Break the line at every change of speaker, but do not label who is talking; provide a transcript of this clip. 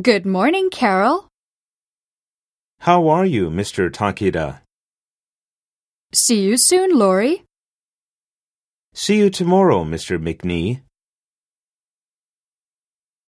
Good morning, Carol.
How are you, Mr. Takeda?
See you soon, Lori.
See you tomorrow, Mr. McNee.